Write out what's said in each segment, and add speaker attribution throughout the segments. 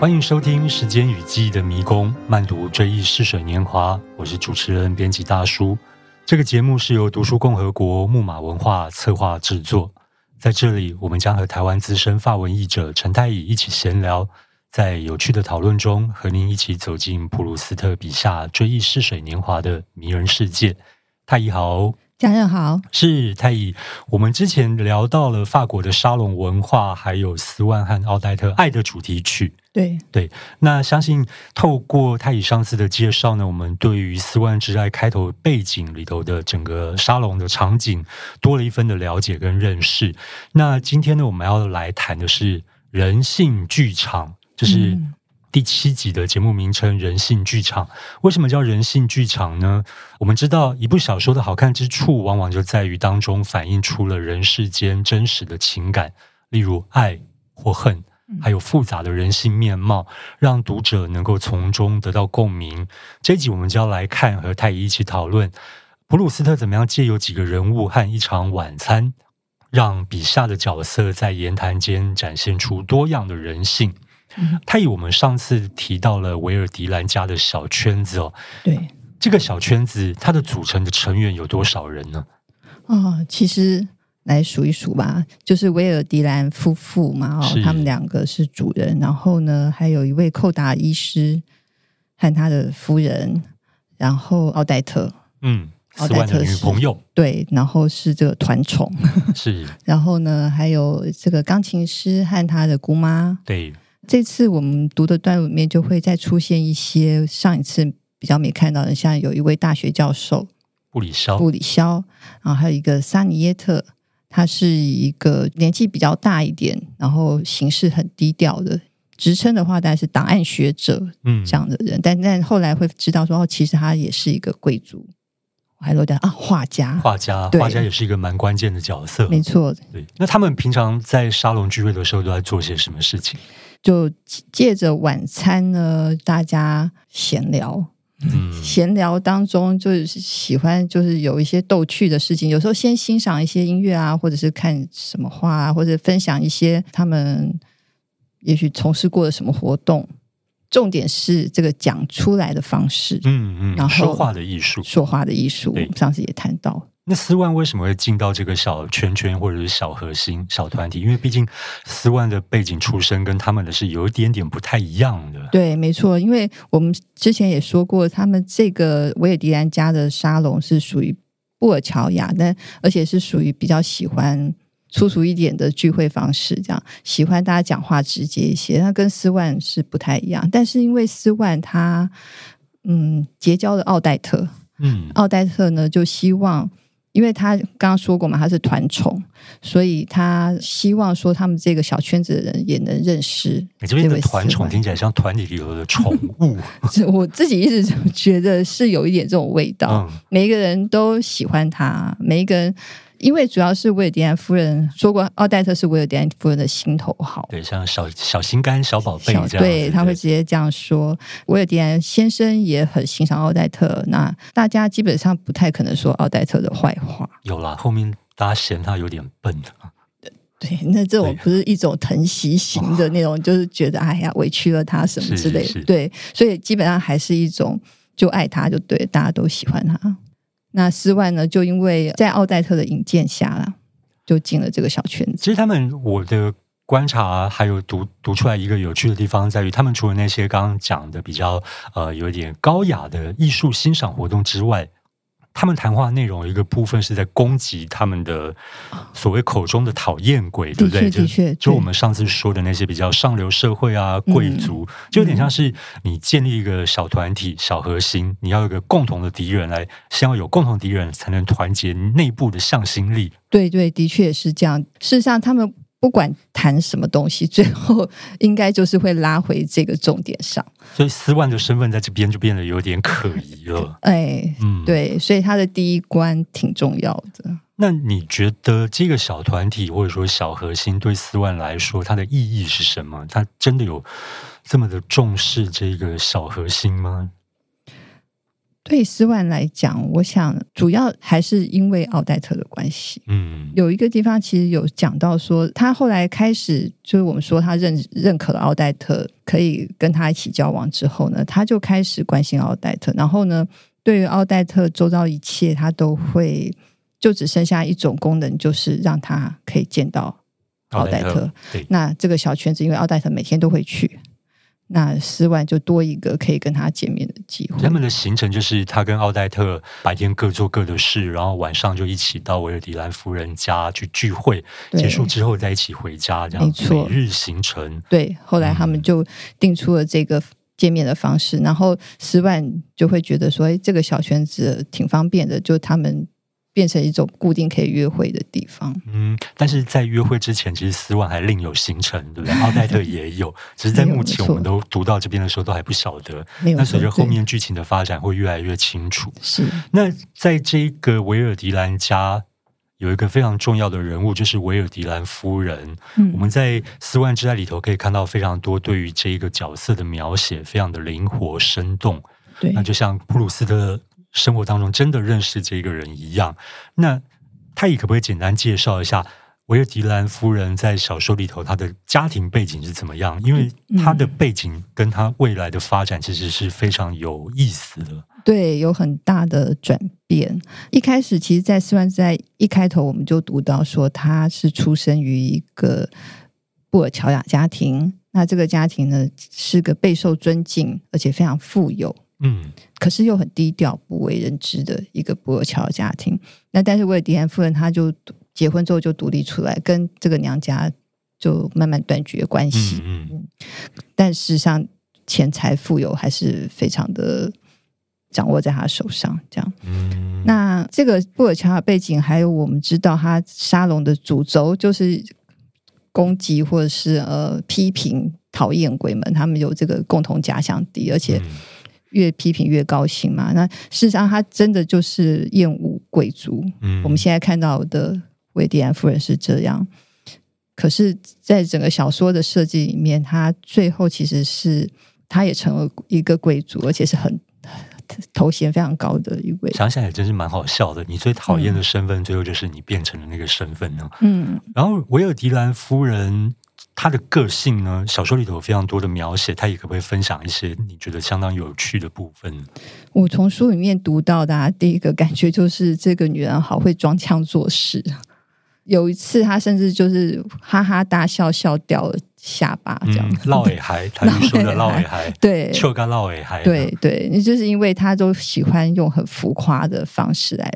Speaker 1: 欢迎收听《时间与记忆的迷宫》，慢读追忆逝水年华。我是主持人、编辑大叔。这个节目是由读书共和国木马文化策划制作。在这里，我们将和台湾资深法文译者陈太乙一起闲聊，在有趣的讨论中，和您一起走进普鲁斯特笔下追忆逝水年华的迷人世界。太乙好。
Speaker 2: 家人好，
Speaker 1: 是太乙，我们之前聊到了法国的沙龙文化，还有斯万和奥黛特《爱》的主题曲。
Speaker 2: 对，
Speaker 1: 那相信透过太乙上次的介绍呢，我们对于《斯万之爱》开头背景里头的整个沙龙的场景多了一分的了解跟认识。那今天呢，我们要来谈的是人性剧场，就是
Speaker 2: 嗯
Speaker 1: 第七集的节目名称《人性剧场》。为什么叫人性剧场呢？我们知道，一部小说的好看之处，往往就在于当中反映出了人世间真实的情感，例如爱或恨
Speaker 2: 嗯，
Speaker 1: 还有复杂的人性面貌，让读者能够从中得到共鸣。这一集我们就要来看和太乙一起讨论普鲁斯特怎么样借由几个人物和一场晚餐，让笔下的角色在言谈间展现出多样的人性。
Speaker 2: 嗯
Speaker 1: 太乙，我们上次提到了维尔迪兰家的小圈子哦，
Speaker 2: 对，
Speaker 1: 这个小圈子它的组成的成员有多少人呢？
Speaker 2: 哦，其实来数一数吧，就是威尔迪兰夫妇嘛，哦
Speaker 1: 是，
Speaker 2: 他们两个是主人，然后呢，还有一位寇达医师和他的夫人，然后奥黛特，
Speaker 1: 嗯，
Speaker 2: 奥
Speaker 1: 四
Speaker 2: 黛
Speaker 1: 万的
Speaker 2: 哦特
Speaker 1: 女
Speaker 2: 是
Speaker 1: 朋友
Speaker 2: 对，然后是这个团宠，
Speaker 1: 是
Speaker 2: 然后呢，还有这个钢琴师和他的姑妈。
Speaker 1: 对，
Speaker 2: 这次我们读的段落里面就会再出现一些上一次比较没看到的，像有一位大学教授，
Speaker 1: 布里肖
Speaker 2: 布里肖，然后还有一个萨尼耶特，他是一个年纪比较大一点，然后行事很低调的。职称的话，大概是档案学者
Speaker 1: 嗯
Speaker 2: 这样的人，但但后来会知道说，哦，其实他也是一个贵族，我还漏掉啊，画家，
Speaker 1: 画家，
Speaker 2: 对
Speaker 1: 画家也是一个蛮关键的角色。
Speaker 2: 没错，
Speaker 1: 对，那他们平常在沙龙聚会的时候都在做些什么事情？
Speaker 2: 就借着晚餐呢，大家闲聊，
Speaker 1: 嗯，
Speaker 2: 闲聊当中就是喜欢就是有一些逗趣的事情，有时候先欣赏一些音乐啊，或者是看什么画啊，或者分享一些他们也许从事过的什么活动。重点是这个讲出来的方式，
Speaker 1: 嗯
Speaker 2: 然
Speaker 1: 嗯，
Speaker 2: 后
Speaker 1: 说话的艺术。
Speaker 2: 说话的艺术
Speaker 1: 对，
Speaker 2: 上次也谈到。
Speaker 1: 那斯万为什么会进到这个小圈圈或者是小核心、小团体？因为毕竟斯万的背景出身跟他们的是有一点点不太一样的。
Speaker 2: 对，没错，因为我们之前也说过，他们这个维也迪兰家的沙龙是属于布尔乔亚，但而且是属于比较喜欢粗俗一点的聚会方式，这样喜欢大家讲话直接一些。那跟斯万是不太一样，但是因为斯万他嗯结交了奥黛特，
Speaker 1: 嗯
Speaker 2: 奥黛特呢就希望，因为他刚刚说过嘛，他是团宠，所以他希望说他们这个小圈子的人也能认识
Speaker 1: 你这边的
Speaker 2: 位斯
Speaker 1: 团宠
Speaker 2: 万
Speaker 1: 听起来像团体里头的宠物。
Speaker 2: 这我自己一直就觉得是有一点这种味道。
Speaker 1: 嗯
Speaker 2: 每一个人都喜欢他，每一个人，因为主要是维尔迪安夫人说过，奥黛特是维尔迪安夫人的心头好。
Speaker 1: 对，像小小心肝、小宝贝这
Speaker 2: 小
Speaker 1: 样子。
Speaker 2: 对，他会直接这样说。维尔迪安先生也很欣赏奥黛特，那大家基本上不太可能说奥黛特的坏话。
Speaker 1: 有啦，后面大家嫌他有点笨。啊
Speaker 2: 对，那这种不是一种疼惜型的那种，就是觉得哎呀委屈了他什么之类的。
Speaker 1: 是是是
Speaker 2: 对，所以基本上还是一种就爱他就对，大家都喜欢他。那斯万呢，就因为在奥黛特的引荐下啦，就进了这个小圈子。
Speaker 1: 其实他们我的观察还有读读出来一个有趣的地方在于，他们除了那些刚刚讲的比较呃有一点高雅的艺术欣赏活动之外，他们谈话内容有一个部分是在攻击他们的所谓口中的讨厌鬼，对不对？
Speaker 2: 哦的确的确
Speaker 1: 就就
Speaker 2: 对
Speaker 1: 我们上次说的那些比较上流社会啊、贵族，
Speaker 2: 嗯
Speaker 1: 就有点像是你建立一个小团体、小核心，你要有一个共同的敌人来，先要有共同敌人才能团结内部的向心力。
Speaker 2: 对对，的确是这样。事实上，他们不管谈什么东西，最后 应该就是会拉回这个重点上。
Speaker 1: 所以斯万的身份在这边就变得有点可疑了。
Speaker 2: 哎，
Speaker 1: 嗯，。
Speaker 2: 对，所以他的第一关挺重要的。
Speaker 1: 那你觉得这个小团体或者说小核心对斯万来说，它的意义是什么？他真的有这么的重视这个小核心吗？
Speaker 2: 对斯万来讲，我想主要还是因为奥黛特的关系。
Speaker 1: 嗯，
Speaker 2: 有一个地方其实有讲到说，他后来开始就是我们说他认认可了奥黛特，可以跟他一起交往之后呢，他就开始关心奥黛特，然后呢，对于奥黛特周遭一切，他都会就只剩下一种功能，就是让他可以见到奥黛特。
Speaker 1: 对，
Speaker 2: 那这个小圈子，因为奥黛特每天都会去，那斯万就多一个可以跟他见面的机会
Speaker 1: 他。们的行程就是他跟奥黛特白天各做各的事，然后晚上就一起到维尔迪兰夫人家去聚会，
Speaker 2: 对
Speaker 1: 结束之后再一起回家，这样
Speaker 2: 没错
Speaker 1: 每日行程。
Speaker 2: 对，后来他们就定出了这个见面的方式，然后斯万就会觉得说，哎，这个小圈子挺方便的，就他们变成一种固定可以约会的地方。
Speaker 1: 嗯，但是在约会之前，其实斯万还另有行程，对不对？奥黛 特也有，只是在
Speaker 2: 没有
Speaker 1: 目
Speaker 2: 没
Speaker 1: 前
Speaker 2: 错
Speaker 1: 我们都读到这边的时候都还不晓得。
Speaker 2: 没有
Speaker 1: 那随
Speaker 2: 错
Speaker 1: 着后
Speaker 2: 对
Speaker 1: 面剧情的发展，会越来越清楚。
Speaker 2: 是
Speaker 1: 那在这个维尔迪兰家有一个非常重要的人物，就是维尔迪兰夫人。
Speaker 2: 嗯
Speaker 1: 我们在《斯万之爱》里头可以看到非常多对于这一个角色的描写，非常的灵活生动。
Speaker 2: 对
Speaker 1: 那就像普鲁斯的生活当中真的认识这个人一样。那太乙可不可以简单介绍一下维尔迪兰夫人在小说里头她的家庭背景是怎么样？因为
Speaker 2: 嗯
Speaker 1: 她的背景跟她未来的发展其实是非常有意思的。
Speaker 2: 对，有很大的转变。一开始，其实，在斯万在一开头我们就读到说，他是出生于一个布尔乔亚家庭。那这个家庭呢，是个备受尊敬而且非常富有，
Speaker 1: 嗯，
Speaker 2: 可是又很低调、不为人知的一个布尔乔亚家庭。那但是维尔迪兰夫人她就独结婚之后就独立出来，跟这个娘家就慢慢断绝关系。
Speaker 1: 嗯嗯，
Speaker 2: 但事实上，钱财富有还是非常的掌握在她手上，这样。
Speaker 1: 嗯
Speaker 2: 那这个布尔乔亚背景，还有我们知道他沙龙的主轴就是攻击或者是呃批评、讨厌鬼门，他们有这个共同假想敌，而且
Speaker 1: 嗯
Speaker 2: 越批评越高兴嘛。那事实上，他真的就是厌恶贵族。
Speaker 1: 嗯
Speaker 2: 我们现在看到的维迪安夫人是这样，可是，在整个小说的设计里面，他最后其实是他也成了一个贵族，而且是很。头衔非常高的一位，
Speaker 1: 想想也真是蛮好笑的。你最讨厌的
Speaker 2: 嗯
Speaker 1: 身份，最后就是你变成了那个身份呢。
Speaker 2: 嗯，
Speaker 1: 然后维尔迪兰夫人她的个性呢，小说里头有非常多的描写，她也可不可以分享一些你觉得相当有趣的部分？
Speaker 2: 我从书里面读到的、啊，第一个感觉就是这个女人好会装腔作势。有一次，她甚至就是哈哈大笑，笑掉了下巴，这样。
Speaker 1: 嗯，落尾孩，台语说的落尾孩，
Speaker 2: 对
Speaker 1: 秀干落尾孩，
Speaker 2: 对，对，你就是因为她都喜欢用很浮夸的方式来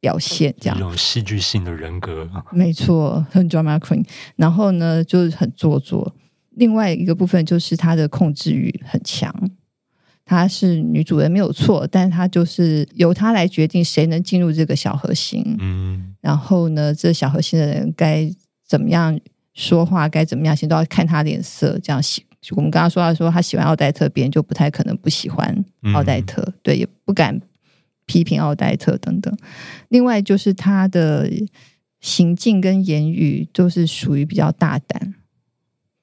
Speaker 2: 表现，这
Speaker 1: 一
Speaker 2: 样。
Speaker 1: 种戏剧性的人格。
Speaker 2: 没错，很 drama queen。然后呢，就是很做作。另外一个部分就是她的控制欲很强，她是女主人没有错，但她就是由她来决定谁能进入这个小核心。
Speaker 1: 嗯
Speaker 2: 然后呢，这小核心的人该怎么样说话，该怎么样行，都要看他脸色。这样喜，我们刚刚说到说他喜欢奥黛特，别人就不太可能不喜欢
Speaker 1: 嗯
Speaker 2: 奥黛特，对，也不敢批评奥黛特等等。另外就是他的行径跟言语都是属于比较大胆，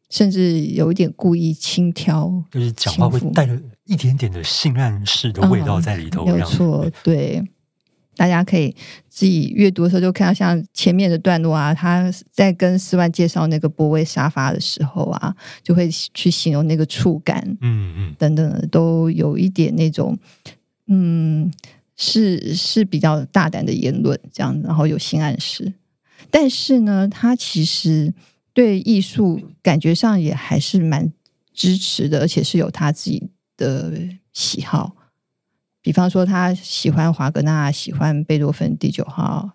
Speaker 2: 甚至有一点故意轻佻。
Speaker 1: 就是讲话会
Speaker 2: 轻浮嗯
Speaker 1: 带着一点点的性暗示的味道在里头，
Speaker 2: 没有
Speaker 1: 哦让
Speaker 2: 错，对。大家可以自己阅读的时候就看到，像前面的段落啊，他在跟斯万介绍那个波威沙发的时候啊，就会去形容那个触感
Speaker 1: 嗯嗯，
Speaker 2: 等等的，都有一点那种，嗯，是是比较大胆的言论这样，然后有性暗示。但是呢，他其实对艺术感觉上也还是蛮支持的，而且是有他自己的喜好。比方说，他喜欢华格纳，喜欢贝多芬第九号，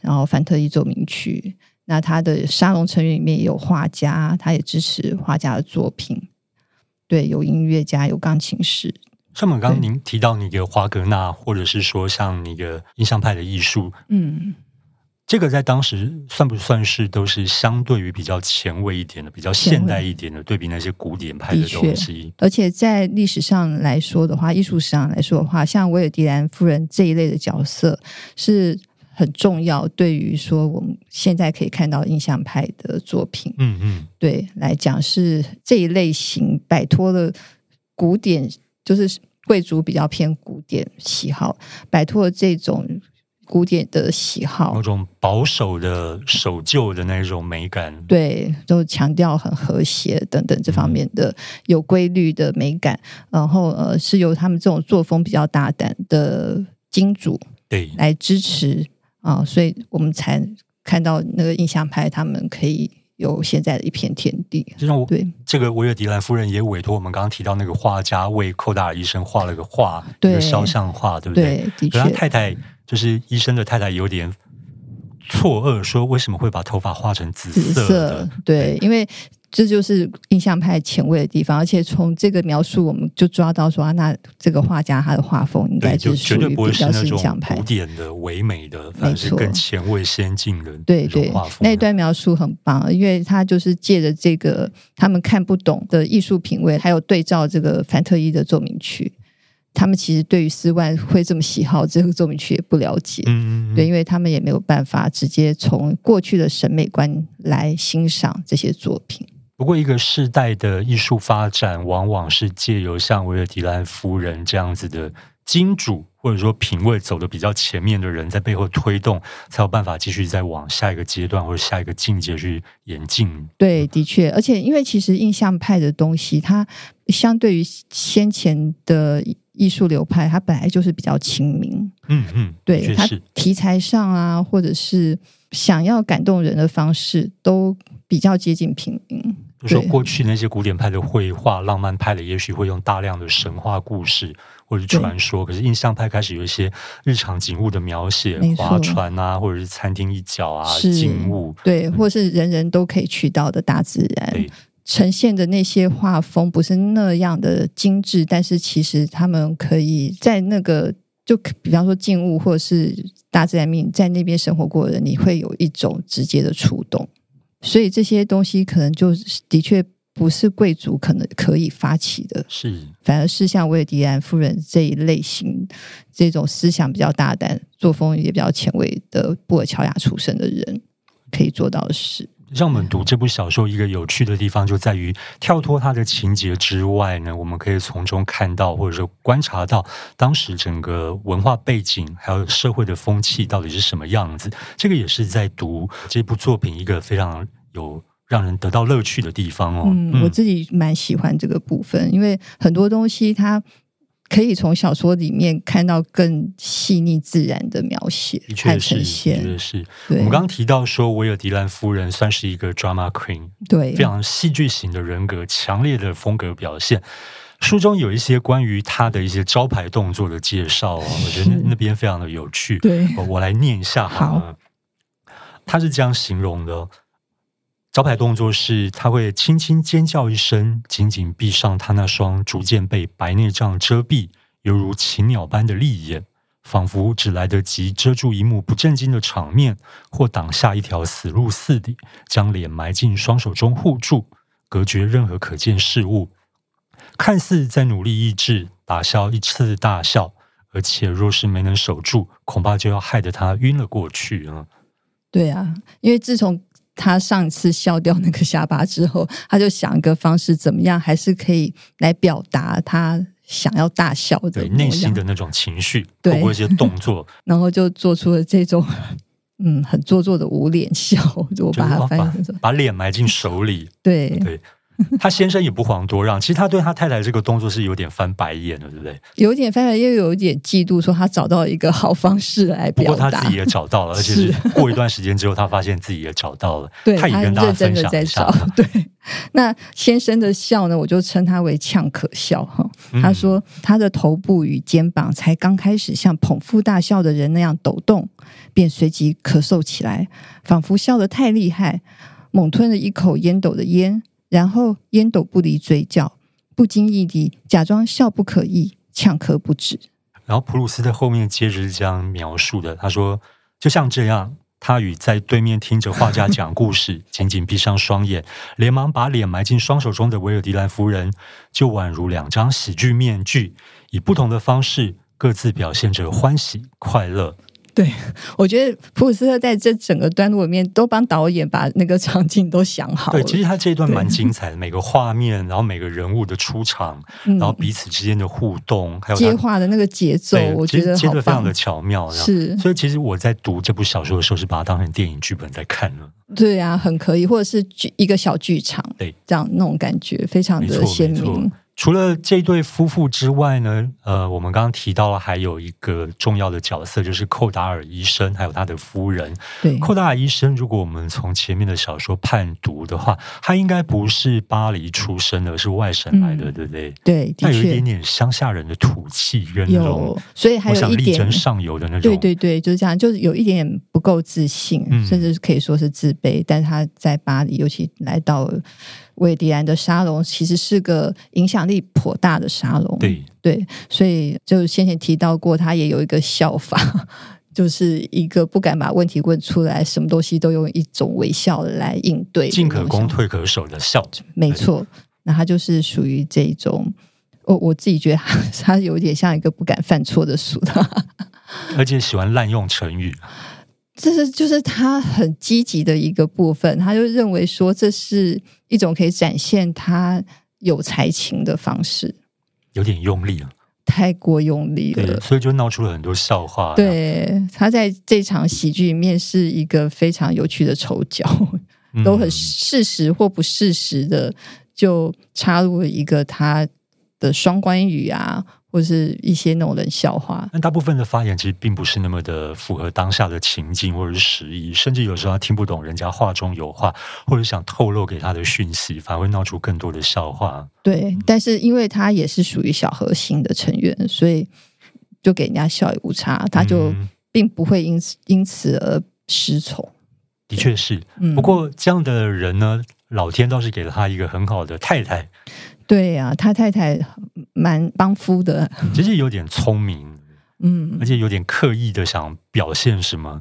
Speaker 2: 然后凡特伊奏鸣曲。那他的沙龙成员里面也有画家，他也支持画家的作品。对，有音乐家，有钢琴师，
Speaker 1: 像我们刚刚
Speaker 2: 对
Speaker 1: 您提到那个华格纳，或者是说像那个印象派的艺术，
Speaker 2: 嗯，
Speaker 1: 这个在当时算不算是都是相对于比较前卫一点的、比较现代一点的，对比那些古典派的
Speaker 2: 的确
Speaker 1: 东西？哦
Speaker 2: 而且在历史上来说的话，艺术史上来说的话，像维尔迪兰夫人这一类的角色是很重要，对于说我们现在可以看到印象派的作品，
Speaker 1: 嗯嗯，
Speaker 2: 对来讲是这一类型摆脱了古典，就是贵族比较偏古典喜好，摆脱了这种古典的喜好
Speaker 1: 某，种嗯保守的、守旧的那种美感。
Speaker 2: 对，都强调很和谐等等这方
Speaker 1: 嗯
Speaker 2: 面的有规律的美感，然后呃是由他们这种作风比较大胆的金主
Speaker 1: 对，
Speaker 2: 来支持啊、所以我们才看到那个印象派他们可以有现在的一片天地。
Speaker 1: 就像我
Speaker 2: 对
Speaker 1: 这个维尔迪兰夫人也委托我们刚刚提到那个画家为寇达尔医生画了个画，
Speaker 2: 对
Speaker 1: 一个肖像画，对不对？
Speaker 2: 对，的
Speaker 1: 可他
Speaker 2: 确，
Speaker 1: 太太就是医生的太太，有点错愕，说为什么会把头发画成紫
Speaker 2: 紫
Speaker 1: 色的？
Speaker 2: 对，因为这就是印象派前卫的地方，而且从这个描述，我们就抓到说，啊、那这个画家他的画风应该
Speaker 1: 对，就是绝
Speaker 2: 属
Speaker 1: 对
Speaker 2: 于
Speaker 1: 不会
Speaker 2: 比
Speaker 1: 是
Speaker 2: 较
Speaker 1: 那
Speaker 2: 是印
Speaker 1: 种
Speaker 2: 象派
Speaker 1: 古。典的、唯美的，反而是
Speaker 2: 错
Speaker 1: 更前卫、先进的
Speaker 2: 对
Speaker 1: 那种
Speaker 2: 对
Speaker 1: 画风。
Speaker 2: 那一段描述很棒，因为他就是借着这个他们看不懂的艺术品味，还有对照这个凡特伊的奏鸣曲，他们其实对于斯万会这么喜好这个奏鸣曲也不了解，
Speaker 1: 嗯，嗯，嗯
Speaker 2: 对，因为他们也没有办法直接从过去的审美观来欣赏这些作品。
Speaker 1: 不过，一个世代的艺术发展，往往是借由像维尔迪兰夫人这样子的金主，或者说品味走的比较前面的人，在背后推动，才有办法继续再往下一个阶段或者下一个境界去演进。
Speaker 2: 对，的确，而且因为其实印象派的东西，它相对于先前的艺术流派，它本来就是比较亲民，
Speaker 1: 嗯嗯，
Speaker 2: 对
Speaker 1: 确
Speaker 2: 它
Speaker 1: 实，
Speaker 2: 题材上啊，或者是想要感动人的方式，都比较接近平民。
Speaker 1: 就说
Speaker 2: 对
Speaker 1: 过去那些古典派的绘画、浪漫派的，也许会用大量的神话故事或者是传说，可是印象派开始有一些日常景物的描写
Speaker 2: 没，错
Speaker 1: 划船啊，或者是餐厅一角啊，
Speaker 2: 是
Speaker 1: 静物，
Speaker 2: 对，或是人人都可以去到的大自然
Speaker 1: 对，
Speaker 2: 呈现的那些画风不是那样的精致，但是其实他们可以在那个就比方说静物或者是大自然命，在那边生活过的人，你会有一种直接的触动。所以这些东西可能就是的确不是贵族可能可以发起的
Speaker 1: 是
Speaker 2: 反而是像维尔迪兰夫人这一类型，这种思想比较大胆、作风也比较前卫的布尔乔亚出身的人可以做到的事。
Speaker 1: 让我们读这部小说一个有趣的地方就在于，跳脱它的情节之外呢，我们可以从中看到或者说观察到当时整个文化背景还有社会的风气到底是什么样子。这个也是在读这部作品一个非常有让人得到乐趣的地方哦。
Speaker 2: 嗯，我自己蛮喜欢这个部分，因为很多东西它可以从小说里面看到更细腻自然的描写
Speaker 1: 的确
Speaker 2: 和
Speaker 1: 是，的
Speaker 2: 呈
Speaker 1: 确
Speaker 2: 现。
Speaker 1: 是。我
Speaker 2: 对
Speaker 1: 们刚刚提到说，维尔迪兰夫人算是一个 drama queen，
Speaker 2: 对
Speaker 1: 非常戏剧型的人格，强烈的风格表现。书中有一些关于他的一些招牌动作的介绍哦，我觉得那那边非常的有趣。
Speaker 2: 对
Speaker 1: 哦我我来念一下好吗？他是这样形容的哦：招牌动作是他会轻轻尖叫一声，紧紧闭上他那双逐渐被白内障遮蔽，犹如禽鸟般的利眼，仿佛只来得及遮住一幕不正经的场面，或挡下一条死路似的，将脸埋进双手中护住，隔绝任何可见事物。看似在努力抑制打消一次大笑，而且若是没能守住，恐怕就要害得他晕了过去啊！
Speaker 2: 对啊，因为自从他上次笑掉那个下巴之后，他就想一个方式，怎么样还是可以来表达他想要大笑的
Speaker 1: 对
Speaker 2: 模
Speaker 1: 内心
Speaker 2: 样
Speaker 1: 的那种情绪，
Speaker 2: 对
Speaker 1: 透过一些动 作，
Speaker 2: 然后就做出了这种嗯很做作的捂脸笑，我
Speaker 1: 就
Speaker 2: 把
Speaker 1: 是
Speaker 2: 它
Speaker 1: 要
Speaker 2: 翻
Speaker 1: 把
Speaker 2: 译成
Speaker 1: 把脸埋进手里。
Speaker 2: 对，
Speaker 1: 对，他先生也不遑多让，其实他对他太太这个动作是有点翻白眼的，对不对？
Speaker 2: 有一点翻白，又有一点嫉妒，说他找到一个好方式来
Speaker 1: 不
Speaker 2: 表
Speaker 1: 过他
Speaker 2: 达
Speaker 1: 自己，也找到了，而且
Speaker 2: 是
Speaker 1: 是过一段时间之后，他发现自己也找到了，
Speaker 2: 对
Speaker 1: 他也跟大家
Speaker 2: 认真
Speaker 1: 分
Speaker 2: 的
Speaker 1: 享
Speaker 2: 在
Speaker 1: 一下
Speaker 2: 找。。 对，那先生的笑呢，我就称他为呛可笑哈。
Speaker 1: 嗯
Speaker 2: 他说他的头部与肩膀才刚开始像捧腹大笑的人那样抖动，便随即咳嗽起来，仿佛笑得太厉害，猛吞了一口烟斗的烟，然后烟斗不离嘴角，不经意地假装笑不可抑，呛咳不止。
Speaker 1: 然后普鲁斯在后面接着是这样描述的，他说：“就像这样，他与在对面听着画家讲故事，紧紧闭上双眼，连忙把脸埋进双手中的维尔迪兰夫人，就宛如两张喜剧面具，以不同的方式各自表现着欢喜、快乐。
Speaker 2: 对，我觉得普鲁斯特在这整个段落里面都帮导演把那个场景都想好了。
Speaker 1: 对，其实他这一段蛮精彩的，每个画面，然后每个人物的出场，
Speaker 2: 嗯
Speaker 1: 然后彼此之间的互动，还有
Speaker 2: 接
Speaker 1: 他
Speaker 2: 话的那个节奏
Speaker 1: 对，，
Speaker 2: 我
Speaker 1: 其
Speaker 2: 觉
Speaker 1: 实
Speaker 2: 得
Speaker 1: 接
Speaker 2: 好
Speaker 1: 的非常
Speaker 2: 棒
Speaker 1: 的。巧妙。然后
Speaker 2: 是，
Speaker 1: 所以其实我在读这部小说的时候，是把它当成电影剧本在看了。
Speaker 2: 对啊，很可以，或者是剧一个小剧场，
Speaker 1: 对，
Speaker 2: 这样那种感觉非常
Speaker 1: 没
Speaker 2: 的
Speaker 1: 错，
Speaker 2: 鲜
Speaker 1: 没错
Speaker 2: 明。。
Speaker 1: 除了这对夫妇之外呢，呃，我们刚刚提到了还有一个重要的角色，就是寇达尔医生，还有他的夫人。
Speaker 2: 对，
Speaker 1: 寇达尔医生，如果我们从前面的小说判读的话，他应该不是巴黎出生的，是外省来的，
Speaker 2: 嗯
Speaker 1: 对不对？
Speaker 2: 对，
Speaker 1: 他
Speaker 2: 的
Speaker 1: 有一
Speaker 2: 确
Speaker 1: 点点乡下人的土气跟那种
Speaker 2: 有，所以还
Speaker 1: 我
Speaker 2: 有
Speaker 1: 想
Speaker 2: 一
Speaker 1: 力
Speaker 2: 点
Speaker 1: 争，上游的那种，
Speaker 2: 对对对，就是这样，就是有一点点不够自信，
Speaker 1: 嗯
Speaker 2: 甚至可以说是自卑。但他在巴黎，尤其来到了维迪安的沙龙，其实是个影响力颇大的沙龙。
Speaker 1: 对
Speaker 2: 对，所以就先前提到过，他也有一个笑法， 就是一个不敢把问题问出来，什么东西都用一种微笑来应对，
Speaker 1: 进可攻，，退可守的笑。
Speaker 2: 没错。那他就是属于这一种，我我自己觉得 他他有点像一个不敢犯错的俗的，
Speaker 1: 而且喜欢滥用成语，
Speaker 2: 这是就是他很积极的一个部分，他就认为说这是一种可以展现他有才情的方式，
Speaker 1: 有点用力了，啊
Speaker 2: 太过用力了
Speaker 1: 对，。所以就闹出了很多笑话。，啊
Speaker 2: 对他在这场喜剧里面是一个非常有趣的丑角，
Speaker 1: 嗯
Speaker 2: 都很事实或不事实的就插入了一个他的双关语啊，或是一些那种冷笑话。
Speaker 1: 但大部分的发言其实并不是那么的符合当下的情境或者是时宜，甚至有时候他听不懂人家话中有话，或者想透露给他的讯息，反而会闹出更多的笑话。
Speaker 2: 对，但是因为他也是属于小核心的成员，所以就给人家笑也无差，他就
Speaker 1: 嗯
Speaker 2: 并不会因此因此而失宠。
Speaker 1: 的确是，
Speaker 2: 嗯，
Speaker 1: 不过这样的人呢，老天倒是给了他一个很好的太太，
Speaker 2: 对啊，他太太蛮帮夫的，
Speaker 1: 其实有点聪明，
Speaker 2: 嗯
Speaker 1: 而，且有点刻意的想表现什么。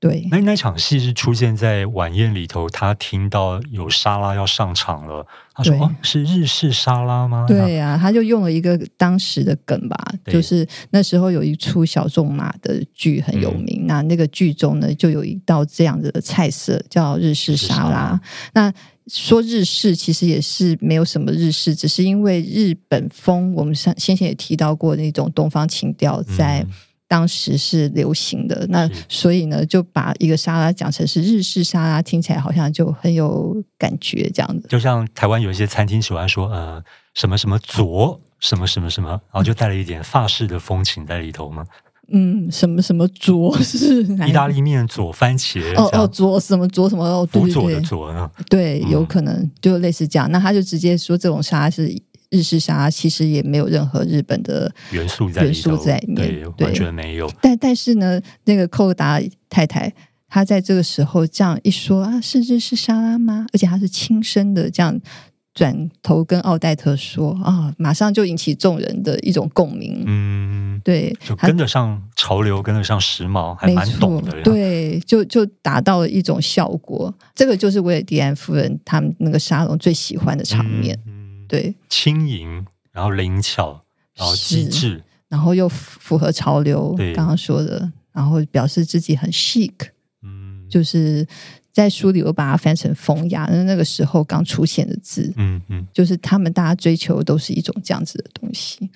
Speaker 2: 对，
Speaker 1: 那那场戏是出现在晚宴里头，他听到有沙拉要上场了，他说：“
Speaker 2: 对
Speaker 1: 哦，是日式沙拉吗？”
Speaker 2: 对呀、他就用了一个当时的梗吧，
Speaker 1: 对
Speaker 2: 就是那时候有一出小仲马的剧很有
Speaker 1: 嗯
Speaker 2: 名，那那个剧中呢就有一道这样子的菜色叫日式沙
Speaker 1: 日式沙
Speaker 2: 拉
Speaker 1: 拉。
Speaker 2: 那说日式其实也是没有什么日式，只是因为日本风，我们上先前也提到过那种东方情调
Speaker 1: 嗯
Speaker 2: 在。当时是流行的，那
Speaker 1: 是
Speaker 2: 所以呢，就把一个沙拉讲成是日式沙拉，听起来好像就很有感觉这样子。
Speaker 1: 就像台湾有一些餐厅喜欢说，呃，什么什么佐，什么什么什么，然后就带了一点法式的风情在里头嘛。
Speaker 2: 嗯，什么什么卓是哪一
Speaker 1: 意大利面佐番茄，
Speaker 2: 嗯哦
Speaker 1: 这
Speaker 2: 哦，
Speaker 1: 样
Speaker 2: 左什么左什么哦，对
Speaker 1: 辅佐
Speaker 2: 对
Speaker 1: 的
Speaker 2: 对，
Speaker 1: 佐呢？
Speaker 2: 对，
Speaker 1: 嗯
Speaker 2: 有可能就类似这样。那他就直接说这种沙拉是日式沙拉，其实也没有任何日本的
Speaker 1: 元素在里头，
Speaker 2: 元素在里面
Speaker 1: 对，
Speaker 2: 对
Speaker 1: 完全没有。
Speaker 2: 但但是呢，那个寇达太太，她在这个时候这样一说啊，是日式沙拉吗？而且她是亲身的这样转头跟奥黛特说啊，马上就引起众人的一种共鸣。
Speaker 1: 嗯，
Speaker 2: 对，
Speaker 1: 就
Speaker 2: 她
Speaker 1: 跟得上潮流，跟得上时髦，还
Speaker 2: 没
Speaker 1: 蛮
Speaker 2: 错，
Speaker 1: 懂的。，
Speaker 2: 对，就就达到了一种效果。这个就是维也蒂安夫人他们那个沙龙最喜欢的场面。
Speaker 1: 嗯，嗯，
Speaker 2: 对，
Speaker 1: 轻盈，然后灵巧，然后机
Speaker 2: 是
Speaker 1: 智，
Speaker 2: 然后又符符合潮流，
Speaker 1: 对
Speaker 2: 刚刚说的，然后表示自己很 chic，
Speaker 1: 嗯，
Speaker 2: 就是在书里我把它翻成风雅，那那个时候刚出现的字，
Speaker 1: 嗯嗯。
Speaker 2: 就是他们大家追求都是一种这样子的东西。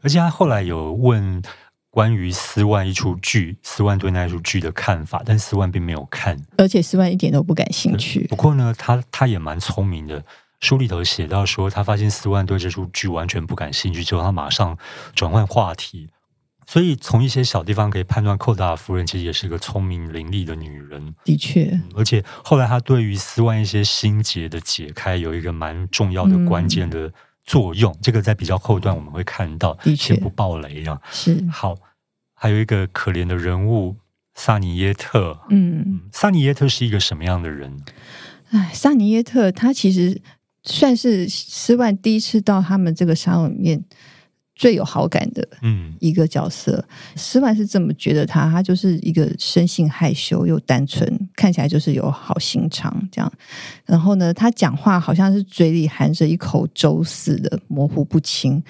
Speaker 1: 而且他后来有问关于斯万一出剧，斯万对那出剧的看法，但斯万并没有看。
Speaker 2: 而且斯万一点都不感兴趣
Speaker 1: 不，过呢，他他也蛮聪明的。书里头写到说，他发现斯万对这出剧完全不感兴趣之后，他马上转换话题。所以从一些小地方可以判断，寇达尔夫人其实也是个聪明伶俐的女人。
Speaker 2: 的确，
Speaker 1: 而且后来，她对于斯万一些心结的解开有一个蛮重要的
Speaker 2: 嗯
Speaker 1: 关键的作用。这个在比较后段我们会看到，
Speaker 2: 的确
Speaker 1: 先不爆雷啊。
Speaker 2: 是，
Speaker 1: 好，还有一个可怜的人物萨尼耶特。
Speaker 2: 嗯，
Speaker 1: 嗯萨尼耶特是一个什么样的人？
Speaker 2: 哎，萨尼耶特他其实算是斯万第一次到他们这个沙龙里面最有好感的
Speaker 1: 嗯，
Speaker 2: 一个角色。斯万是这么觉得他，他就是一个生性害羞又单纯，看起来就是有好心肠这样。然后呢，他讲话好像是嘴里含着一口粥似的，模糊不清。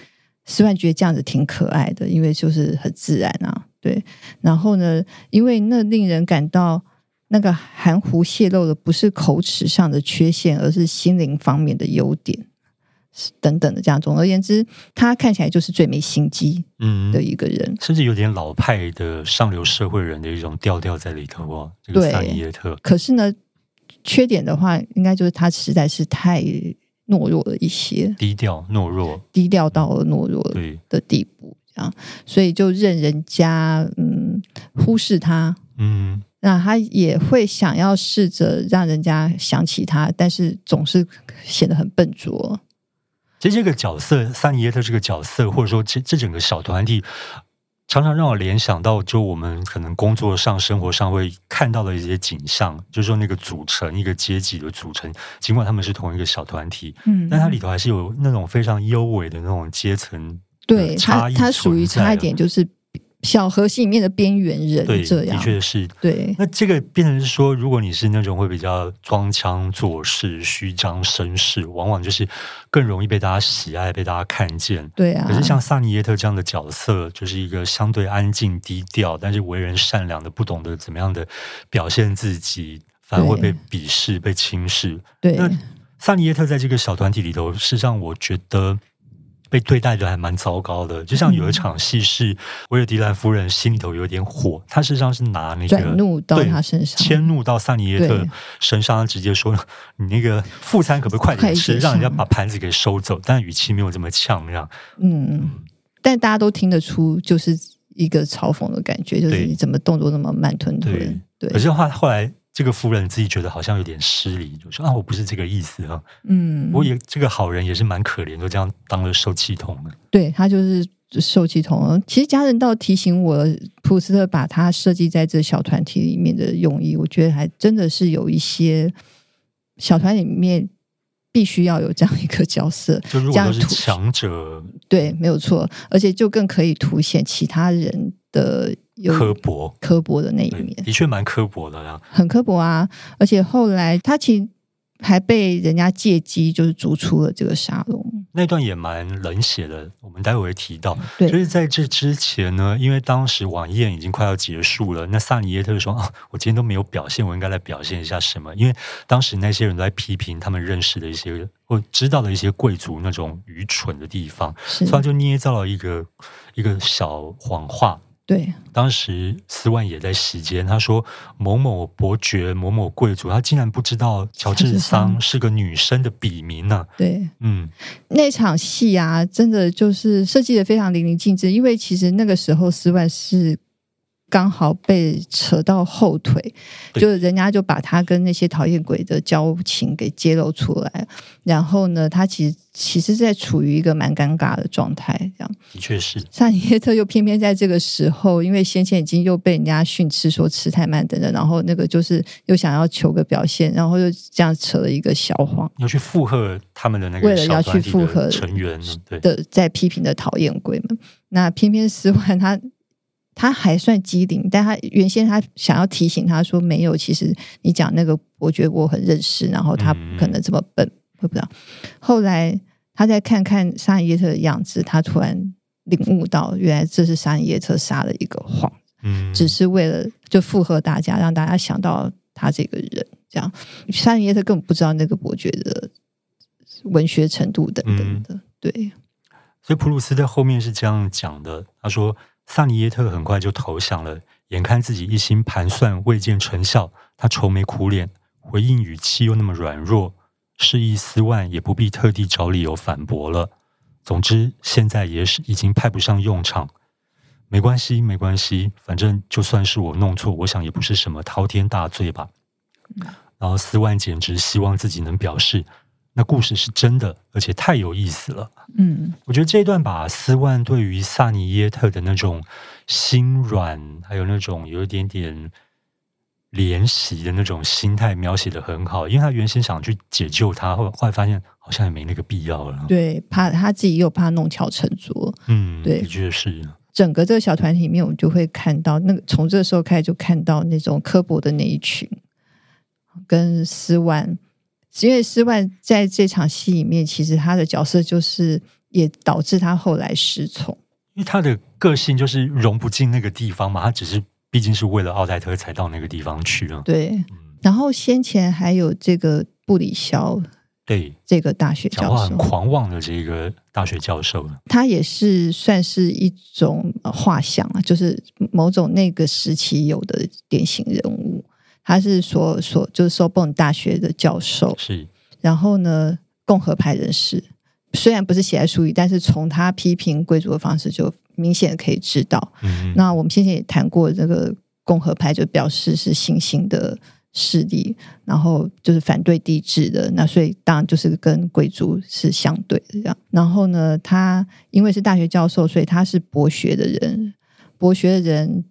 Speaker 2: 斯万觉得这样子挺可爱的，因为就是很自然啊。对，然后呢，因为那令人感到那个含糊泄露的不是口齿上的缺陷，而是心灵方面的优点是等等的这样。总而言之，他看起来就是最没心机
Speaker 1: 嗯
Speaker 2: 的一个人。
Speaker 1: 甚至有点老派的上流社会人的一种调调在里头哦。这个
Speaker 2: 对
Speaker 1: 萨尼耶特，
Speaker 2: 可是呢，缺点的话，应该就是他实在是太懦弱了一些，
Speaker 1: 低调懦弱，
Speaker 2: 低调到了懦弱了
Speaker 1: 对，
Speaker 2: 的地步，这样，所以就任人家嗯忽视他。
Speaker 1: 嗯，
Speaker 2: 那他也会想要试着让人家想起他，但是总是显得很笨拙。
Speaker 1: 其实这个角色，萨尼耶特这个角色，或者说这这整个小团体，常常让我联想到，就我们可能工作上、生活上会看到的一些景象，就是说那个组成一个阶级的组成，尽管他们是同一个小团体，
Speaker 2: 嗯
Speaker 1: 但它里头还是有那种非常优美的那种阶层
Speaker 2: 对
Speaker 1: 差
Speaker 2: 他，
Speaker 1: 异
Speaker 2: 他属于
Speaker 1: 存在
Speaker 2: 差一
Speaker 1: 的
Speaker 2: 点，就是小核心里面的边缘人
Speaker 1: 对，
Speaker 2: 这
Speaker 1: 的
Speaker 2: 样。
Speaker 1: 确是。
Speaker 2: 对
Speaker 1: 那这个变成是说，如果你是那种会比较装腔作势、虚张声势，往往就是更容易被大家喜爱、被大家看见。
Speaker 2: 对啊，
Speaker 1: 可是像萨尼耶特这样的角色，就是一个相对安静、低调，但是为人善良的，不懂得怎么样的表现自己，反而会被
Speaker 2: 对
Speaker 1: 鄙视、被轻视。
Speaker 2: 对
Speaker 1: 那萨尼耶特在这个小团体里头，事实上我觉得被对待的还蛮糟糕的。就像有一场戏是维尔迪兰夫人心里头有点火，她事实上是拿那
Speaker 2: 转
Speaker 1: 个。
Speaker 2: 怒到
Speaker 1: 对
Speaker 2: 他身上，
Speaker 1: 迁怒到萨尼耶特
Speaker 2: 对
Speaker 1: 身上，她直接说：“你那个副餐可不可以快
Speaker 2: 快
Speaker 1: 点
Speaker 2: 一
Speaker 1: 吃，
Speaker 2: 点
Speaker 1: 让人家
Speaker 2: 上
Speaker 1: 把盘子给收走？”但语气没有这么呛，这样
Speaker 2: 嗯，但大家都听得出，就是一个嘲讽的感觉，就是
Speaker 1: 对
Speaker 2: 你怎么动作那么慢吞吞？对，
Speaker 1: 可是话后来这个夫人自己觉得好像有点失礼，就说啊，我不是这个意思啊。
Speaker 2: 嗯
Speaker 1: 不，过也这个好人也是蛮可怜，就这样当了受气筒的。
Speaker 2: 对他就是受气筒。其实家人倒提醒我，普斯特把他设计在这小团体里面的用意，我觉得还真的是有一些小团里面必须要有这样一个角色，
Speaker 1: 就如果
Speaker 2: 这样
Speaker 1: 都是
Speaker 2: 突
Speaker 1: 强者
Speaker 2: 对，没有错，而且就更可以凸显其他人的有
Speaker 1: 刻薄，
Speaker 2: 刻薄的那一
Speaker 1: 对
Speaker 2: 面。
Speaker 1: 的确蛮刻薄的啦。
Speaker 2: 很刻薄啊，而且后来他其实还被人家借机就是逐出了这个沙龙。
Speaker 1: 那段也蛮冷血的，我们待会会提到。
Speaker 2: 嗯对
Speaker 1: 就是在这之前呢，因为当时晚宴已经快要结束了，那萨尼耶特就说啊，我今天都没有表现，我应该来表现一下什么？因为当时那些人都在批评他们认识的一些或知道的一些贵族那种愚蠢的地方。
Speaker 2: 是
Speaker 1: 所以他就捏造了一个一个小谎话。
Speaker 2: 对，
Speaker 1: 当时斯万也在席间，他说某某伯爵、某某贵族，他竟然不知道乔
Speaker 2: 乔
Speaker 1: 治
Speaker 2: 治
Speaker 1: 桑
Speaker 2: 桑
Speaker 1: 是个女生的笔名呢、
Speaker 2: 对，
Speaker 1: 嗯，
Speaker 2: 那场戏啊，真的就是设计的非常淋漓尽致，因为其实那个时候斯万是刚好被扯到后腿，
Speaker 1: 对
Speaker 2: 就人家就把他跟那些讨厌鬼的交情给揭露出来，然后呢，他其实其实在处于一个蛮尴尬的状态，这样。
Speaker 1: 的确是。
Speaker 2: 萨尼耶特又偏偏在这个时候，因为先前已经又被人家训斥说吃太慢等等，然后那个就是又想要求个表现，然后又这样扯了一个小谎
Speaker 1: 要去附和他们的那个
Speaker 2: 为了
Speaker 1: 小
Speaker 2: 要
Speaker 1: 团
Speaker 2: 去
Speaker 1: 体
Speaker 2: 附和
Speaker 1: 的成员呢，对，
Speaker 2: 的在批评的讨厌鬼们。那偏偏斯万他 他还算机灵，但他原先他想要提醒他说没有，其实你讲那个伯爵我很认识，然后他
Speaker 1: 嗯
Speaker 2: 不可能这么笨，会不知道。后来他再看看沙耶特的样子，他突然领悟到，原来这是沙耶特撒了一个谎。
Speaker 1: 嗯，
Speaker 2: 只是为了就附和大家，让大家想到他这个人。这样，山野他根本不知道那个伯爵的文学程度等等的。对，
Speaker 1: 所以普鲁斯在后面是这样讲的，他说：“萨尼耶特很快就投降了，眼看自己一心盘算未见成效，他愁眉苦脸，回应语气又那么软弱，示意斯万也不必特地找理由反驳了。总之，现在也是已经派不上用场。没关系，没关系，反正就算是我弄错，我想也不是什么滔天大罪吧。”然后斯万简直希望自己能表示，那故事是真的，而且太有意思了。
Speaker 2: 嗯，
Speaker 1: 我觉得这一段把斯万对于萨尼耶特的那种心软，还有那种有一点点怜惜的那种心态描写的很好，因为他原先想去解救他，后后来发现好像也没那个必要了。
Speaker 2: 对，怕他自己又怕弄巧成拙。
Speaker 1: 嗯，
Speaker 2: 对
Speaker 1: 的确是。
Speaker 2: 整个这个小团体里面，我们就会看到那个从这时候开始就看到那种刻薄的那一群，跟斯万，因为斯万在这场戏里面，其实他的角色就是也导致他后来失宠。
Speaker 1: 因为他的个性就是融不进那个地方嘛，他只是毕竟是为了奥黛特才到那个地方去了。
Speaker 2: 对，
Speaker 1: 嗯，
Speaker 2: 然后先前还有这个布里肖
Speaker 1: 对，
Speaker 2: 这个大学
Speaker 1: 讲
Speaker 2: 教
Speaker 1: 话很
Speaker 2: 授，
Speaker 1: 狂妄的这个大学教授了，
Speaker 2: 他也是算是一种呃画像啊，就是某种那个时期有的典型人物。他是所所就是 Sorbonne 大学的教授，
Speaker 1: 是
Speaker 2: 然后呢，共和派人士虽然不是写在书里，但是从他批评贵族的方式就明显可以知道。
Speaker 1: 嗯，
Speaker 2: 那我们先前也谈过，这个共和派就表示是新兴的势力，然后就是反对帝制的，那所以当然就是跟贵族是相对的这样。然后呢，他因为是大学教授，所以他是博学的人，博学的人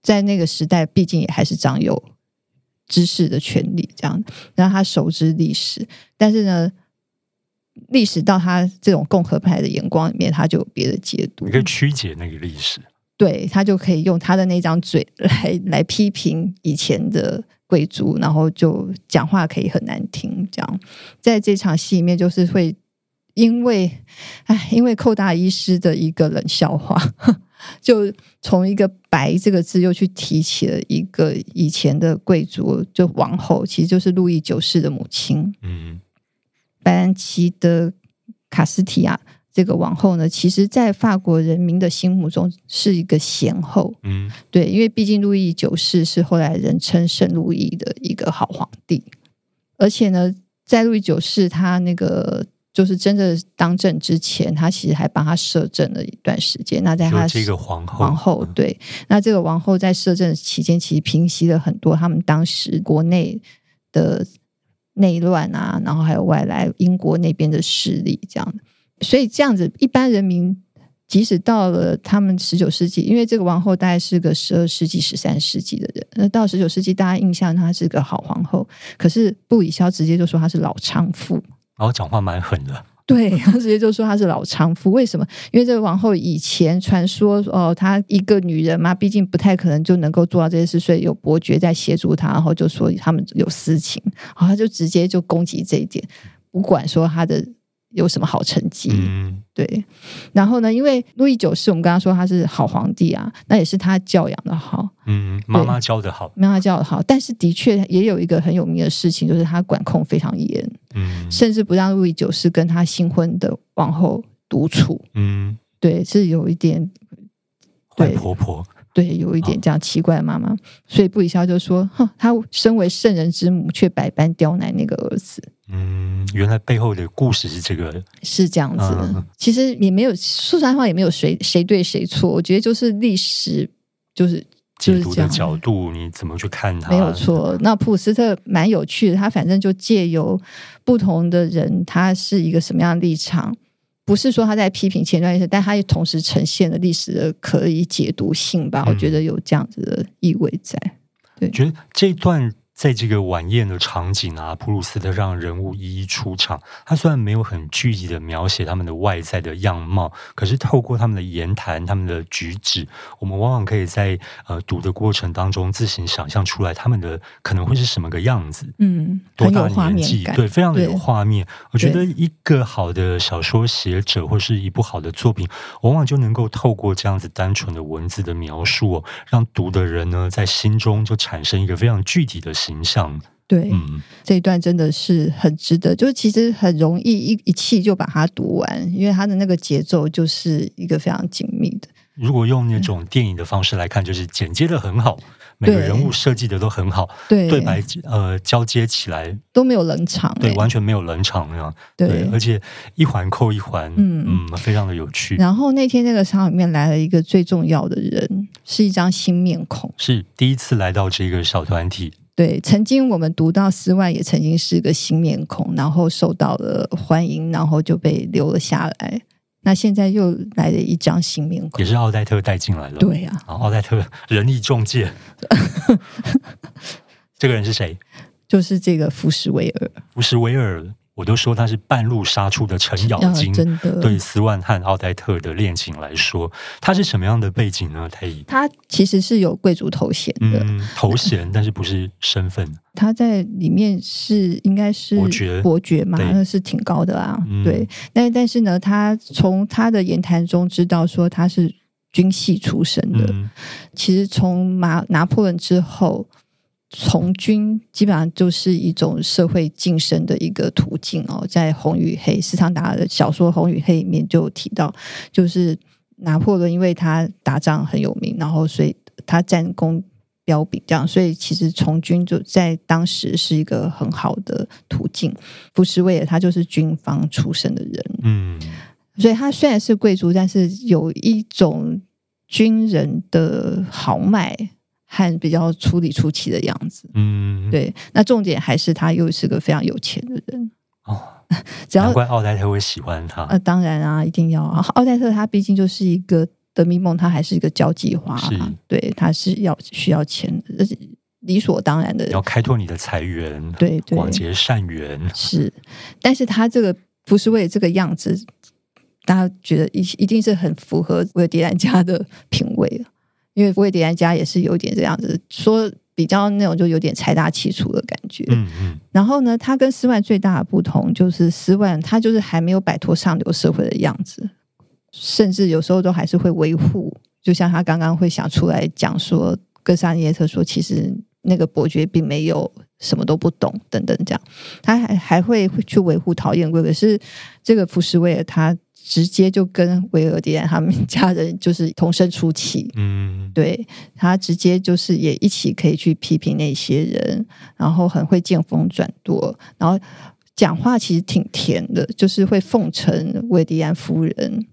Speaker 2: 在那个时代毕竟也还是掌有知识的权利，这样，然后他熟知历史，但是呢。历史到他这种共和派的眼光里面，他就有别的解读。
Speaker 1: 你可以曲解那个历史，
Speaker 2: 对他就可以用他的那张嘴来来批评以前的贵族，然后就讲话可以很难听。这样，在这场戏里面，就是会因为，哎，因为寇大医师的一个冷笑话， 就从一个“白”这个字又去提起了一个以前的贵族，就王后，其实就是路易九世的母亲。
Speaker 1: 嗯，
Speaker 2: 白兰奇的卡斯提亚这个王后呢，其实在法国人民的心目中是一个贤后，
Speaker 1: 嗯，
Speaker 2: 对，因为毕竟路易九世是后来人称圣路易的一个好皇帝，而且呢，在路易九世他那个就是真的当政之前，他其实还帮他摄政了一段时间。那在他
Speaker 1: 就这个皇后，
Speaker 2: 皇后
Speaker 1: 嗯
Speaker 2: 对，那这个王后在摄政期间，其实平息了很多他们当时国内的内乱啊，然后还有外来英国那边的势力这样。所以这样子，一般人民即使到了他们十九世纪，因为这个王后大概是个十二世纪、十三世纪的人，那到十九世纪，大家印象她是个好皇后，可是布里肖直接就说她是老娼妇。
Speaker 1: 然后讲话蛮狠的，
Speaker 2: 对，他直接就说她是老娼妇。为什么？因为这个王后以前传说哦，她一个女人嘛，毕竟不太可能就能够做到这些事，所以有伯爵在协助她，然后就说他们有私情，然后她就直接就攻击这一点，不管说她的有什么好成绩。
Speaker 1: 嗯，
Speaker 2: 对，然后呢，因为路易九世，我们刚刚说他是好皇帝啊，那也是他教养的好，
Speaker 1: 嗯，妈妈教的好，
Speaker 2: 没有他教的好，但是的确也有一个很有名的事情，就是他管控非常严。
Speaker 1: 嗯
Speaker 2: 甚至不让路易九世跟他新婚的王后独处。
Speaker 1: 嗯，
Speaker 2: 对，是有一点，
Speaker 1: 坏
Speaker 2: 对
Speaker 1: 婆婆，
Speaker 2: 对，有一点这样奇怪的妈妈。所以布里肖就说：“哼，她身为圣人之母，却百般刁难那个儿子。”
Speaker 1: 嗯，原来背后的故事是这个，
Speaker 2: 是这样子的，
Speaker 1: 嗯
Speaker 2: 其实也没有说实在话，也没有谁谁对谁错。我觉得就是历史，就是就
Speaker 1: 解
Speaker 2: 是
Speaker 1: 读
Speaker 2: 这
Speaker 1: 的
Speaker 2: 样，
Speaker 1: 角度，你怎么去看它？
Speaker 2: 没有错。那普鲁斯特蛮有趣的，他反正就借由不同的人，他是一个什么样的立场，不是说他在批评前段历史，但他也同时呈现了历史的可以解读性吧。
Speaker 1: 嗯
Speaker 2: 我觉得有这样子的意味在。
Speaker 1: 觉得这一段在这个晚宴的场景啊，普鲁斯特让人物一一出场。他虽然没有很具体的描写他们的外在的样貌，可是透过他们的言谈、他们的举止，我们往往可以在呃读的过程当中自行想象出来他们的可能会是什么个样子。
Speaker 2: 嗯，
Speaker 1: 多
Speaker 2: 很
Speaker 1: 大
Speaker 2: 有画
Speaker 1: 的年
Speaker 2: 面
Speaker 1: 纪？
Speaker 2: 感。
Speaker 1: 对，非常的有
Speaker 2: 对
Speaker 1: 画面。我觉得
Speaker 2: 对
Speaker 1: 一个好的小说写者或是一部好的作品，往往就能够透过这样子单纯的文字的描述、哦，让读的人呢在心中就产生一个非常具体的形象。
Speaker 2: 对，
Speaker 1: 嗯，
Speaker 2: 这一段真的是很值得，就是其实很容易一一气就把它读完，因为它的那个节奏就是一个非常紧密的。
Speaker 1: 如果用那种电影的方式来看，就是剪接的很好，每个
Speaker 2: 对
Speaker 1: 人物设计的都很好，
Speaker 2: 对，
Speaker 1: 对白呃交接起来，
Speaker 2: 都没有冷场、欸，
Speaker 1: 对，完全没有冷场那样。
Speaker 2: 对
Speaker 1: 而且一环扣一环，
Speaker 2: 嗯
Speaker 1: 嗯，非常的有趣。
Speaker 2: 然后那天那个场里面来了一个最重要的人，是一张新面孔。
Speaker 1: 是第一次来到这个小团体，
Speaker 2: 对，曾经我们读到斯万也曾经是个新面孔，然后受到了欢迎，然后就被留了下来。那现在又来了一张新面孔
Speaker 1: 也，是奥黛特带进来了。
Speaker 2: 对啊，
Speaker 1: 然后奥黛特人力中介，这个人是谁？
Speaker 2: 就是这个福什维尔，
Speaker 1: 福什维尔，我都说他是半路杀出的程咬
Speaker 2: 啊
Speaker 1: 金。
Speaker 2: 真的
Speaker 1: 对斯万和奥黛特的恋情来说，他是什么样的背景呢？他以
Speaker 2: 他其实是有贵族头衔的，
Speaker 1: 嗯头衔，但是不是身份。
Speaker 2: 他在里面是应该是
Speaker 1: 伯爵
Speaker 2: 伯爵嘛，
Speaker 1: 对
Speaker 2: 那是挺高的啊。
Speaker 1: 嗯
Speaker 2: 对，但但是呢，他从他的言谈中知道说他是军系出身的。
Speaker 1: 嗯
Speaker 2: 其实从拿拿破仑之后，从军基本上就是一种社会晋升的一个途径哦。在《红与黑》斯汤达尔的小说《红与黑》里面就有提到，就是拿破仑因为他打仗很有名，然后所以他战功。彪炳这样，所以其实从军就在当时是一个很好的途径。福斯威尔他就是军方出身的人，
Speaker 1: 嗯
Speaker 2: 所以他虽然是贵族，但是有一种军人的豪迈和比较出里出气的样子。
Speaker 1: 嗯，，
Speaker 2: 对，那重点还是他又是个非常有钱的人。
Speaker 1: 哦，
Speaker 2: 只要
Speaker 1: 难怪奥黛特会喜欢他，
Speaker 2: 呃，当然啊，一定要啊。奥黛特她毕竟就是一个德米梦，她还是一个交际花啊
Speaker 1: 是，
Speaker 2: 对，她是要需要钱的，这是理所当然的
Speaker 1: 你。要开拓你的财源，
Speaker 2: 对对，
Speaker 1: 广结善缘，
Speaker 2: 是，但是他这个不是为了这个样子，大家觉得一一定是很符合维也迪兰家的品味了，因为维也迪兰家也是有点这样子，说比较那种就有点财大气粗的感觉。
Speaker 1: 嗯嗯
Speaker 2: 然后呢，他跟斯万最大的不同就是斯万他就是还没有摆脱上流社会的样子，甚至有时候都还是会维护，就像他刚刚会想出来讲说，哥萨涅特说，其实那个伯爵并没有什么都不懂等等这样，他还还会去维护讨厌贵。可是这个福斯威尔他直接就跟维尔迪安他们 家人就是同声出气，
Speaker 1: 嗯，
Speaker 2: 对他直接就是也一起可以去批评那些人，然后很会见风转舵，然后讲话其实挺甜的，就是会奉承维迪安夫人。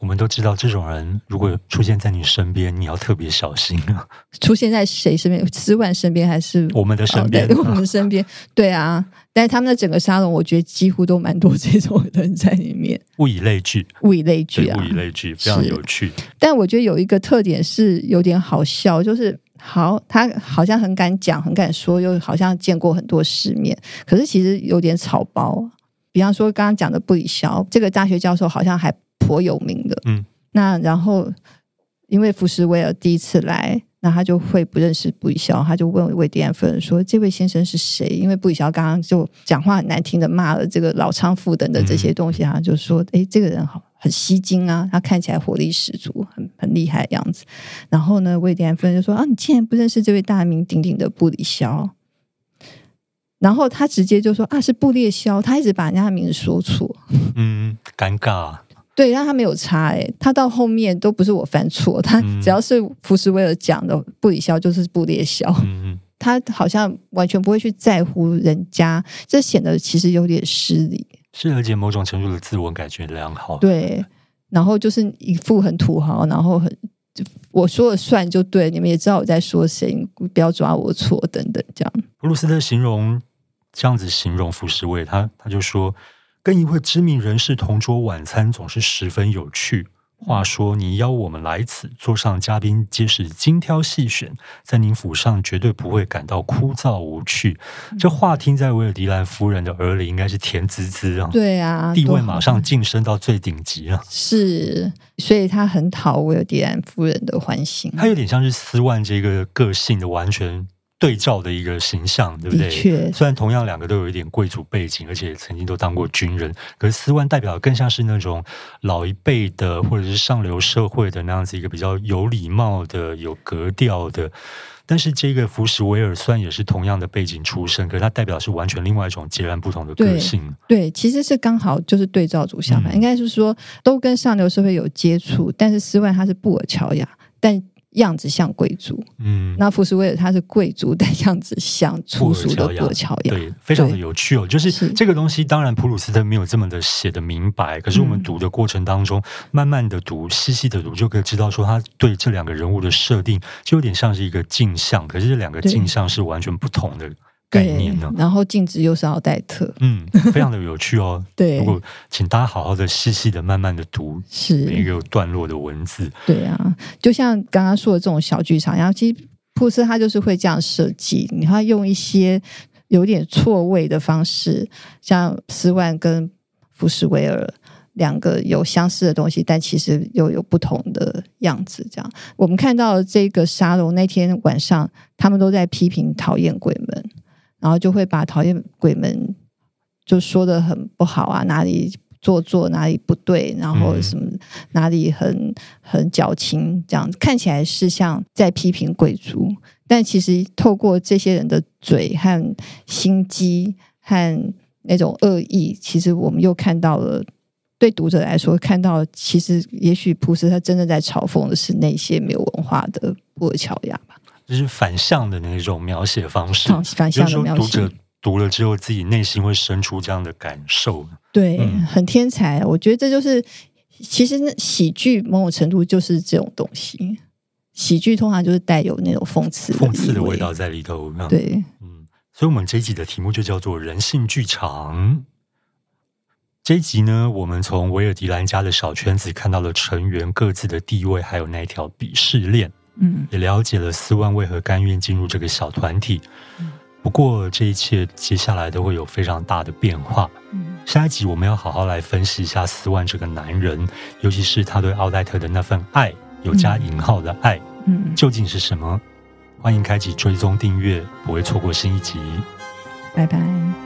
Speaker 1: 我们都知道这种人如
Speaker 2: 嗯
Speaker 1: 果出现在你身边，你要特别小心 啊，
Speaker 2: 出现在谁身边？斯万身边还是
Speaker 1: 我们的身边
Speaker 2: 哦对，我们身边？对啊，但是他们的整个沙龙，我觉得几乎都蛮多这种人在里面，
Speaker 1: 物以类聚，
Speaker 2: 物以
Speaker 1: 对
Speaker 2: 类聚啊
Speaker 1: 物。以类聚，非常
Speaker 2: 是
Speaker 1: 有趣，
Speaker 2: 但我觉得有一个特点是有点好笑，就是好，他好像很敢讲，很敢说，又好像见过很多世面，可是其实有点草包啊。比方说刚刚讲的布里肖，这个大学教授好像还颇有名的，
Speaker 1: 嗯，
Speaker 2: 那然后因为福斯威尔第一次来。那他就会不认识布里肖，他就问维迪安夫人说：“这位先生是谁？”因为布里肖刚刚就讲话很难听的骂了这个老娼妇等等这些东西，他就说：“诶，这个人好很吸睛啊，他看起来活力十足，很很厉害的样子。”然后呢，维迪安夫人就说：“啊，你竟然不认识这位大名鼎鼎的布里肖？”然后他直接就说：“啊，是布列肖。”他一直把人家的名字说错，
Speaker 1: 嗯，尴尬，
Speaker 2: 对，但他没有差哎、他到后面都不是我犯错，他
Speaker 1: 嗯
Speaker 2: 只要是福斯威尔讲的布里肖就是布列肖，
Speaker 1: 嗯嗯。
Speaker 2: 他好像完全不会去在乎人家，这显得其实有点失礼。
Speaker 1: 是，而且某种程度的自我感觉良好。，
Speaker 2: 对，然后就是一副很土豪，然后很就我说了算就对，你们也知道我在说谁，你不要抓我错等等这样。
Speaker 1: 普鲁斯特形容这样子形容福士卫，他他就说，跟一位知名人士同桌晚餐总是十分有趣。话说，你邀我们来此，桌上嘉宾皆是精挑细选，在您府上绝对不会感到枯燥无趣。
Speaker 2: 嗯
Speaker 1: 这话听在维尔迪兰夫人的耳里，应该是甜滋滋啊，
Speaker 2: 对啊，
Speaker 1: 地
Speaker 2: 多
Speaker 1: 位
Speaker 2: 好
Speaker 1: 马上晋升到最顶级啊！
Speaker 2: 是，所以他很讨维尔迪安夫人的欢心。
Speaker 1: 他有点像是斯万这个个性的完全对照的一个形象，对不对？
Speaker 2: 的确
Speaker 1: 虽然同样两个都有一点贵族背景，而且曾经都当过军人，可是斯万代表的更像是那种老一辈的或者是上流社会的那样子一个比较有礼貌的、有格调的。但是这个福什维尔虽然也是同样的背景出身，可是他代表是完全另外一种截然不同的个
Speaker 2: 对
Speaker 1: 性。
Speaker 2: 对，其实是刚好就是对照组相反，
Speaker 1: 嗯
Speaker 2: 应该是说都跟上流社会有接触，但是斯万他是布尔乔亚，但样子像贵族；
Speaker 1: 嗯，
Speaker 2: 那福斯威尔他是贵族，但样子像粗俗的
Speaker 1: 布
Speaker 2: 布
Speaker 1: 尔
Speaker 2: 尔乔亚。
Speaker 1: 对，非常的
Speaker 2: 对
Speaker 1: 有趣哦。就是
Speaker 2: 是
Speaker 1: 这个东西，当然普鲁斯特没有这么的写的明白，可是我们
Speaker 2: 嗯
Speaker 1: 读的过程当中，慢慢的读、细细的读，就可以知道说他对这两个人物的设定，就有点像是一个镜像，可是这两个
Speaker 2: 对
Speaker 1: 镜像是完全不同的概
Speaker 2: 对
Speaker 1: 念呢，。
Speaker 2: 然后镜子又是奥黛特，
Speaker 1: 嗯，非常的有趣哦。
Speaker 2: 对
Speaker 1: 如，果请大家好好的、细细的、慢慢的读每一
Speaker 2: 是，
Speaker 1: 个段落的文字，
Speaker 2: 对啊，就像刚刚说的这种小剧场，然后其实布斯他就是会这样设计，你看用一些有点错位的方式，像斯万跟福斯维尔两个有相似的东西，但其实又有不同的样子。这样，我们看到这个沙龙那天晚上，他们都在批评讨厌鬼门，然后就会把讨厌鬼门就说的很不好啊，哪里做作，哪里不对，然后什么、哪里很很矫情，这样看起来是像在批评贵族，但其实透过这些人的嘴和心机和那种恶意，其实我们又看到了。对读者来说，看到其实也许普斯特真正在嘲讽的是那些没有文化的布尔乔亚吧，
Speaker 1: 就是反向的那种描写方式，
Speaker 2: 反反
Speaker 1: 就
Speaker 2: 向
Speaker 1: 是
Speaker 2: 的
Speaker 1: 说
Speaker 2: 描
Speaker 1: 读
Speaker 2: 写
Speaker 1: 者。嗯读了之后，自己内心会生出这样的感受。
Speaker 2: 对，
Speaker 1: 嗯
Speaker 2: 很天才。我觉得这就是，其实那喜剧某种程度就是这种东西。喜剧通常就是带有那种讽刺、
Speaker 1: 讽刺的味道。在里头。嗯，
Speaker 2: 对，
Speaker 1: 嗯，所以我们这一集的题目就叫做“人性剧场”。这一集呢，我们从维尔迪兰家的小圈子看到了成员各自的地位，还有那一条鄙视链，
Speaker 2: 嗯，
Speaker 1: 也了解了斯万为何甘愿进入这个小团体。不过，这一切接下来都会有非常大的变化。
Speaker 2: 嗯
Speaker 1: 下一集我们要好好来分析一下斯万这个男人，尤其是他对奥黛特的那份爱，有加引号的爱。
Speaker 2: 嗯，
Speaker 1: 究竟是什么？欢迎开启追踪订阅，不会错过新一集。
Speaker 2: 拜拜。